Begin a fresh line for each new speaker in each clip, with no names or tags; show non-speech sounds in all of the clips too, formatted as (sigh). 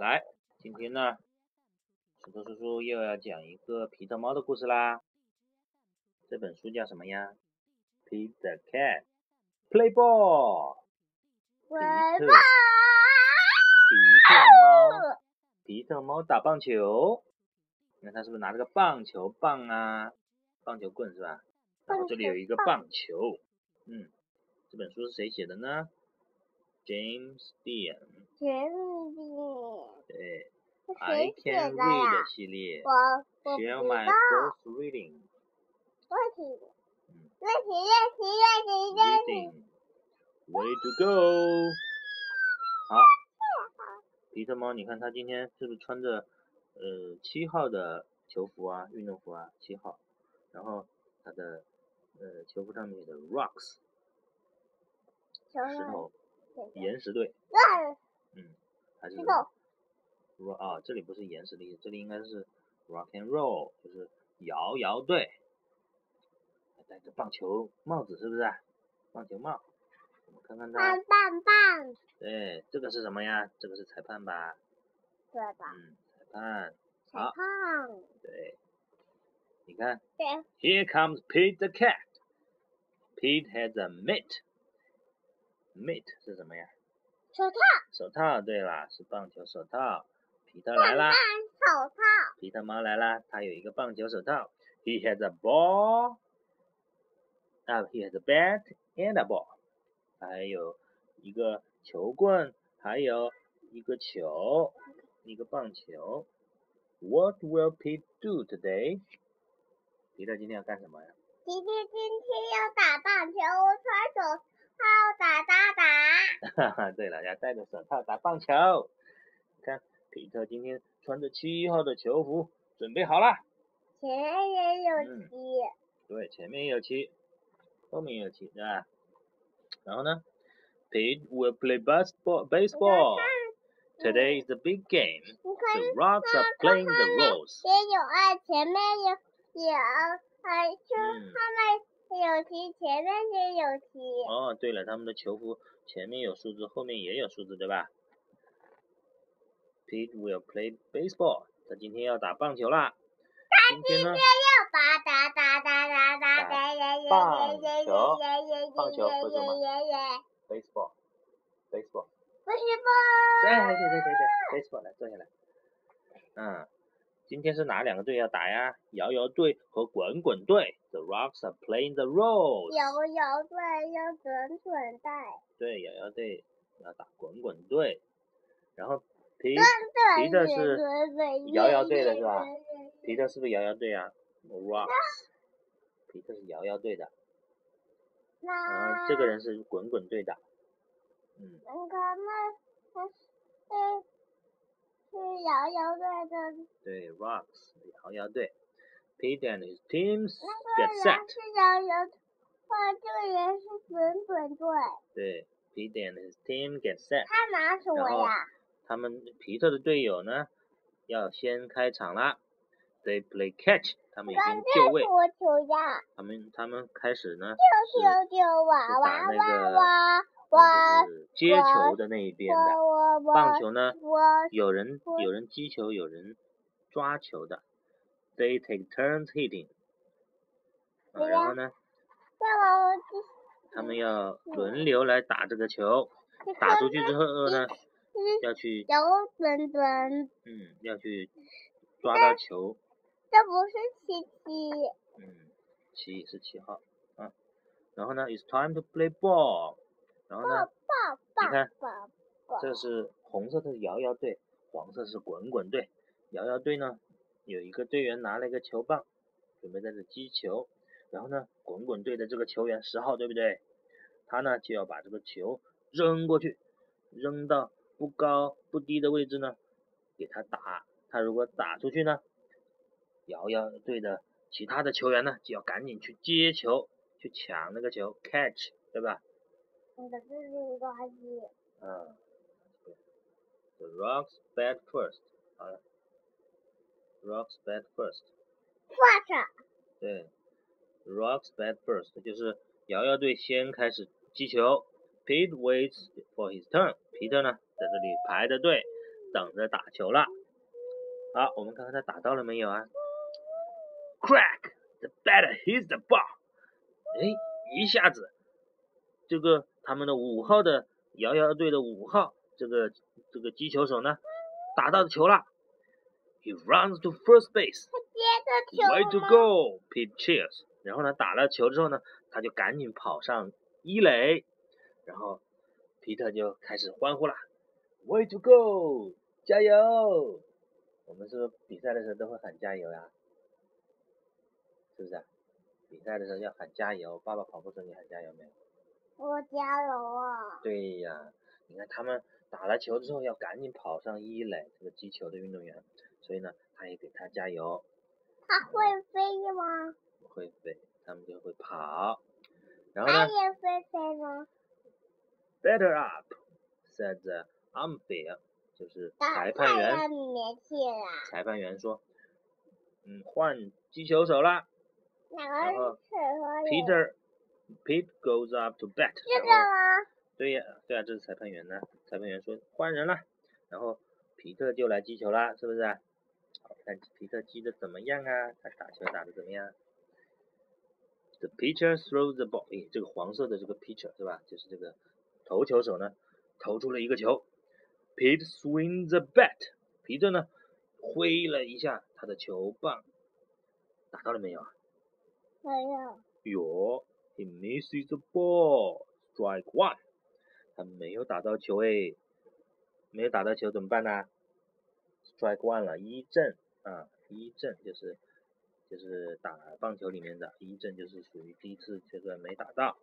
来，今天呢，石头叔叔又要讲一个皮特猫的故事啦。这本书叫什么呀？Peter Cat Play Ball。
我
特
爸，
皮特猫，皮特猫打棒球。你看它是不是拿了个棒球棒啊？棒球棍是吧？然后这里有一个棒球。嗯，这本书是谁写的呢？James Dean。
绝命
对
是
，I
谁写的
Can
呀
Read 的？系列。
我我不
Share
知道，
my first reading.
问题
嗯
问题问题问题问
Reading.
题，
Way to go. 好，皮特猫，你看他今天是不是穿着呃七号的球服啊，运动服啊，七号。然后他的呃球服上面写的 Rocks
熊
石头
人
岩石队，
乱
嗯，还是
石头
ro 啊，这里不是岩石的意思，这里应该是 rock and roll，就是摇摇队，还戴着棒球帽子是不是啊？棒球帽，我们看看他，
棒棒棒，
对，这个是什么呀？这个是裁判吧？
对吧？
嗯，裁判，
小
好
胖，
对，你看
对，
，Here comes Pete the cat. Pete has a mitt. Mitt 是什么呀？
手套
手套，对啦，是棒球手套。皮特来啦。
手套，
皮特猫来啦，它有一个棒球手套。He has a ball，啊、h e has a bat and a ball，还有一个球棍，还有一个球，一个棒球。What will Pete do today？皮特今天要干什么呀？
今天今天要打棒球，我穿手套打打打，
哈哈， (laughs) 对了，要戴着手套打棒球。你看，皮特今天穿着七号的球服，准备好了。
前人有
嗯
鸡，
对，前面也有七，后面也有七，对吧？然后呢，Pete will play basketball. Baseball.
嗯
Today is the big game.
你看
The Rocks are playing the Rolls.
也有啊，前面有有啊，就
嗯
后面有题，前面也有题。
哦，对了，他们的球服前面有数字，后面也有数字，对吧？Pete will play baseball. 他今天要打棒球啦。今天呢，
要把打打打打打打耶耶耶耶耶耶耶
棒球不是吗
耶耶耶，
baseball, baseball.
不是
对对
不？
对对对，baseball 来坐下来。嗯，今天是哪两个队要打呀？摇摇队和滚滚队。The Rocks are playing the Rolls。
有有对，要准准带，
对，摇摇队要打滚滚队。然后皮
准准准准。
皮特是不是摇摇队啊？Rocks。皮特是摇摇队的，然
那
后这个人是滚滚队的。嗯，
你看那那是是摇摇队的，
对，Rocks 摇摇队。Pete and his teams
那 (laughs)
get
个
set
人。是摇摇，那这个人是准准队。
对，Pete and his team get set。
他拿什么呀？
他们皮特的队友呢，要先开场啦。They play catch，他们已经就
这
位
是，我球呀，
他们他们开始呢，
丢丢娃娃娃娃，我
就是接球的那一边的。
我我我，
棒球呢，
我
有人
我
有人击球，有人抓球的。They take turns hitting，、啊、
对
然
呀
后呢，
那我
他们要轮流来打这个球，
这
打出去之后呢，
有
要去
准准，
嗯要去抓到球，
这不是七七，
嗯，七是七号，啊，然后呢，it's time to play ball，然后呢，
爸
你
爸
看
爸爸，
这是红色的是摇摇队，黄色是滚滚队。摇摇队呢，有一个队员拿了一个球棒，准备在这击球，然后呢，滚滚队的这个球员十号，对不对？他呢就要把这个球扔过去，扔到不高不低的位置呢，给他打。他如果打出去呢，摇摇队的其他的球员呢就要赶紧去接球，去抢那个球，catch，对吧？
你的这是一个垃圾，
嗯，The rocks back first，好了，rocks back first，
画上
对，rocks back first 就是摇摇队先开始击球，Pete waits for his turn，皮特呢在这里排着队等着打球了。好，我们看看他打到了没有啊？Crack! The bat hits the ball. 哎，一下子，这个他们的五号的摇摇队的五号，这个这个击球手呢，打到球了。He runs to first base.
接着
Way to
球吗？
go, Pete cheers。然后呢，打了球之后呢，他就赶紧跑上一垒，然后皮特就开始欢呼啦，Way to go，加油！我们是不是比赛的时候都会喊加油呀？是不是、啊？比赛的时候要喊加油，爸爸跑步时候你喊加油没有？
我加油啊！
对呀，你看他们打了球之后要赶紧跑上一垒，这个击球的运动员，所以呢，他也给他加油。
它会飞吗？
会飞，他们就会跑。然后
它
呢
也会飞吗？
，Better up said the umpire，就是
到
裁判
太
员。
阳里面去了。
裁判员说，嗯，换击球手啦。
哪
然后
个是水和里？
Peter Pete goes up to bat，
这个
然后
吗？
对呀，对啊，这是裁判员呢。裁判员说换人啦，然后皮特就来击球啦，是不是啊？好看皮特击的怎么样啊？他打球打的怎么样？The pitcher throws the ball，诶，这个黄色的这个 pitcher 是吧？就是这个投球手呢，投出了一个球。Pete swings the bat，皮特呢挥了一下他的球棒，打到了没有啊？
没有。
哟，he misses the ball，strike one，他没有打到球诶，没有打到球怎么办呢？strike one 了，一振啊，一振就是就是打棒球里面的一振，就是属于第一次这个没打到，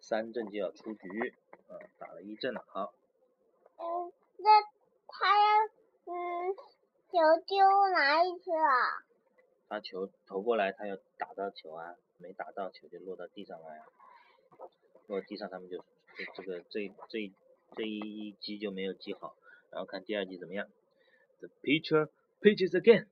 三振就要出局啊，打了一振了，好，
嗯，那它要嗯，球丢哪里去了？
他球投过来，他要打到球啊，没打到球就落到地上来啊，落地上他们就就这个这一这一这一击就没有击好，然后看第二击怎么样。The pitcher pitches again.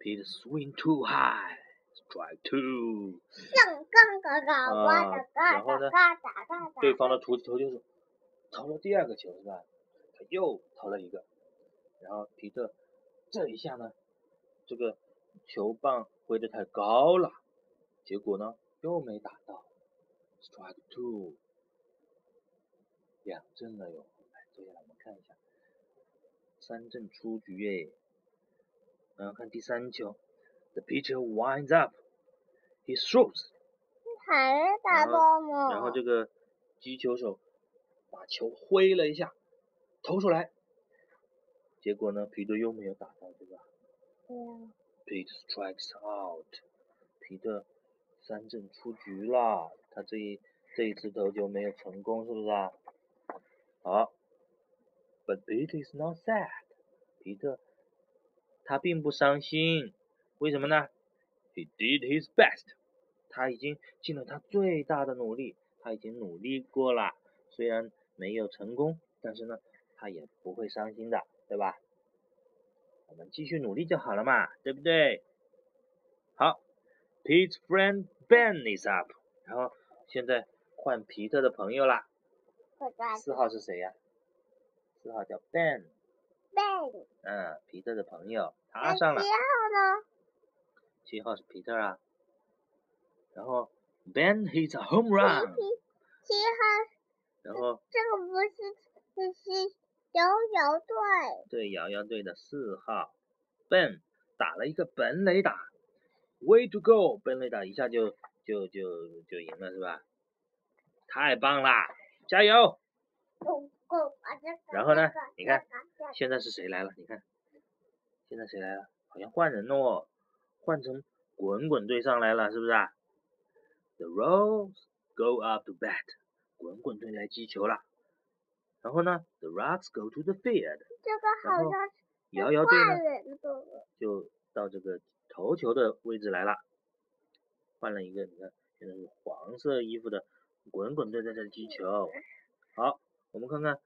Pete swing too high. Strike two.
杠杠杠杠，我
啊
的杠
然后
杠
呢
杠杠杠
对
杠。
方的投投就是投了第二个球是吧？他又投了一个，然后皮特这一下呢，这个球棒挥得太高了，结果呢又没打到，strike two，两阵了哟。来，接下来我们看一下，三阵出局诶。然后看第三球，the pitcher winds up，he throws，
还是打
然后
到吗？
然后这个击球手把球挥了一下，投出来，结果呢，皮特又没有打到，对吧
嗯
？Pete strikes out，皮特三振出局啦，他这一这一次投球没有成功，是不是啊？好，But Pete is not sad，皮特他并不伤心，为什么呢？He did his best。他已经尽了他最大的努力，他已经努力过了，虽然没有成功，但是呢，他也不会伤心的，对吧？我们继续努力就好了嘛，对不对？好，Pete's friend Ben is up，然后现在换皮特的朋友啦。
我打
四号是谁呀、四号叫 Ben，
背。
嗯，皮特的朋友，他
那
上了
七。号呢？
七号是皮特啊。然后 Ben hits a home
七
run，
七号，
然后
这个不是这是游泳队。
对摇摇队的四号 Ben 打了一个本垒打，Way to go！本垒打一下就就就就赢了是吧？太棒啦，加油！
狗狗，啊这个
然后呢
这个
你看
这个这个
现在是谁来了？你看，现在谁来了？好像换人了哦，换成滚滚队上来了，是不是啊？The Rolls go up to bat，滚滚队来击球了。然后呢，The Rocks go to the field，
这个
然
好
后
像是
摇摇队呢
换人的。
就到这个头球的位置来了，换了一个，你看现在是黄色衣服的滚滚队在这击球。好，我们看看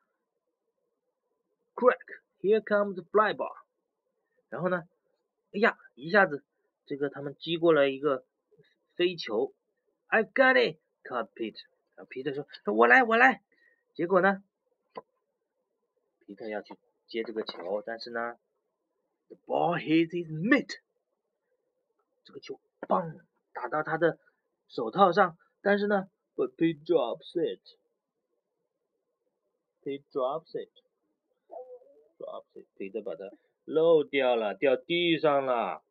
，crack here comes the fly ball，然后呢，哎呀，一下子这个他们击过来一个飞球，I got it，caught Pete，然后皮特说我来我来，结果呢，皮特要去接这个球，但是呢，the ball hits his mitt，这个球棒打到他的手套上，但是呢，but he drops it，he drops it，drops it，彼得把它漏掉了，掉地上了。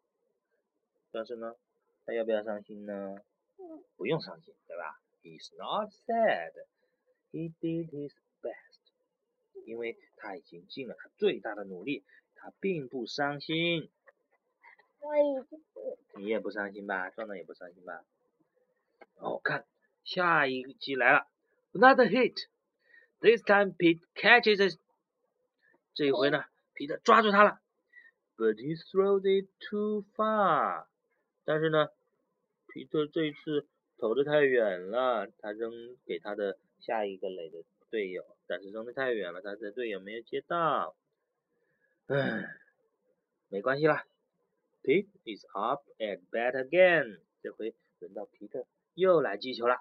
但是呢，他要不要伤心呢？不用伤心，对吧？He's not sad. He did his best. 因为他已经尽了他最大的努力，他并不伤心。
所以
你也不伤心吧？壮壮也不伤心吧？哦，看下一集来了，another hit. This time Pete catches it. 这一回呢，皮特抓住他了，but he throws it too far. 但是呢，皮特这一次投的太远了，他扔给他的下一个垒的队友，但是扔的太远了，他的队友没有接到。唉，没关系啦，Pete is up at bat again。这回轮到皮特又来击球了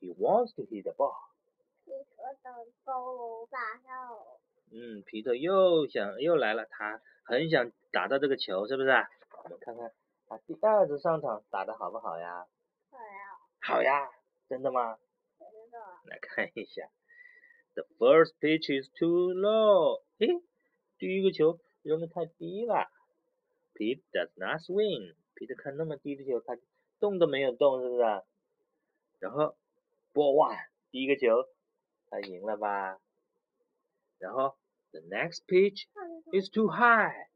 ，He wants to hit the ball。
你说等高楼大厦哦，
嗯，皮特又想又来了，他很想打到这个球，是不是啊？我们看看他第二次上场打的好不好呀？
对啊，
好呀，真的吗？
真的，
来看一下，The first pitch is too low。诶，第一个球扔的太低了。Pete does not swing。皮特看那么低的球，他动都没有动，是不是啊？然后 ball one，第一个球他赢了吧？然后 the next pitch
看得出
It's too high。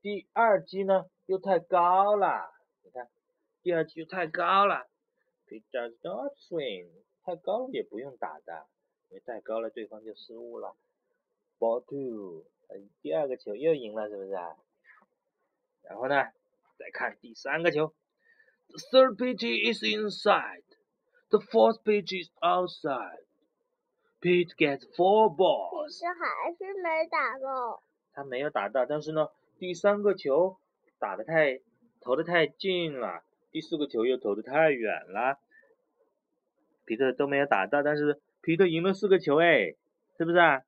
第二击呢又太高了，你看，第二击又太高了。He does not swing，太高了也不用打的，因为太高了对方就失误了。Ball two，呃第二个球又赢了，是不是啊？然后呢，再看第三个球。The third pitch is inside. The fourth pitch is outside. Pete gets four
其
balls.
实还是没打够，
他没有打到，但是呢，第三个球打得太投得太近了，第四个球又投得太远了，皮特都没有打到，但是皮特赢了四个球，哎，是不是啊？
是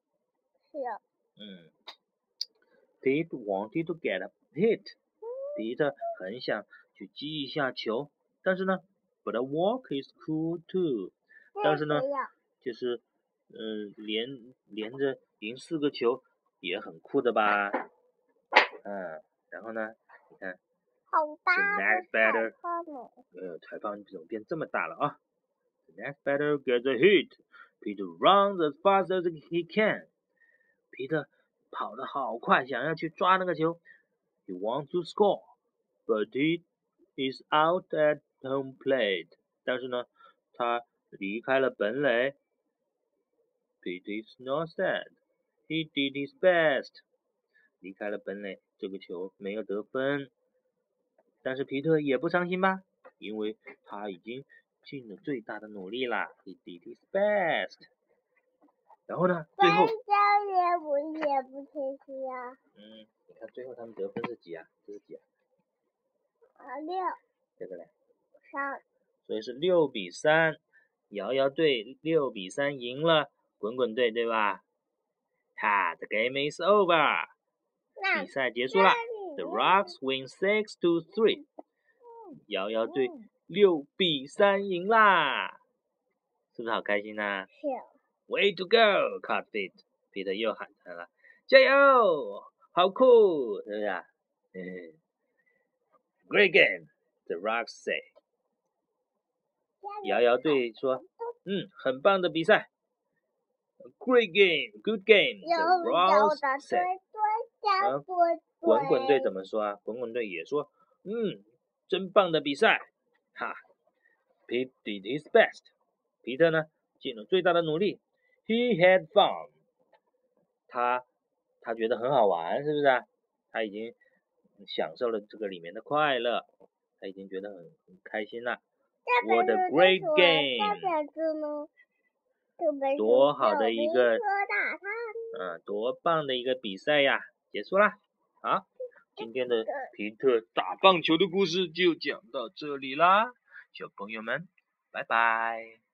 的，
嗯，Pete wanted to get a hit，皮特很想去击一下球，但是呢，but a walk is cool too，但是呢
这样
就是嗯、连连着赢四个球也很酷的吧？嗯，然后呢，你看，
好大的
next batter
小胖子，
呃，裁判怎么变这么大了啊？The next batter gets a hit. Peter runs as fast as he can. 皮特跑得好快，想要去抓那个球。He wants to score, but he is out at home plate. 但是呢，他离开了本垒。Peter is not sad. He did his best. 离开了本垒，这个球没有得分。但是皮特也不伤心吧？因为他已经尽了最大的努力啦，He did his best。然后呢，最后
但，是也不也不清晰啊，
嗯，你看最后他们得分是几啊？这是几啊？
啊六
这个嘞，
三
所以是六比三，摇摇队六比三赢了滚滚队，对吧？哈，the game is over，
那
比赛结束了
那
，the
你
Rocks win six to three，摇摇队
嗯
六比三赢啦，是不是好开心呐、啊
是
Way to go, c o t f i t 彼得又喊他了，加油，好酷，是不是啊？嗯，Great game, the Rocks say。摇摇队说，嗯，很棒的比赛。Great game, good game,
有
the
有
Rocks
的
say。
对对加
嗯
多
滚滚队怎
么？
么说啊？滚滚队也说，嗯，真棒的比赛，哈。Pete did his best，皮特呢尽了最大的努力。He had fun，他他觉得很好玩，是不是啊？他已经享受了这个里面的快乐，他已经觉得很很开心了。
这
我
本
的
书
great
这这
game
本书呢？这本书
多好的一个
有名说大它
嗯，多棒的一个比赛呀！结束啦，好，今天的皮特打棒球的故事就讲到这里啦，小朋友们，拜拜。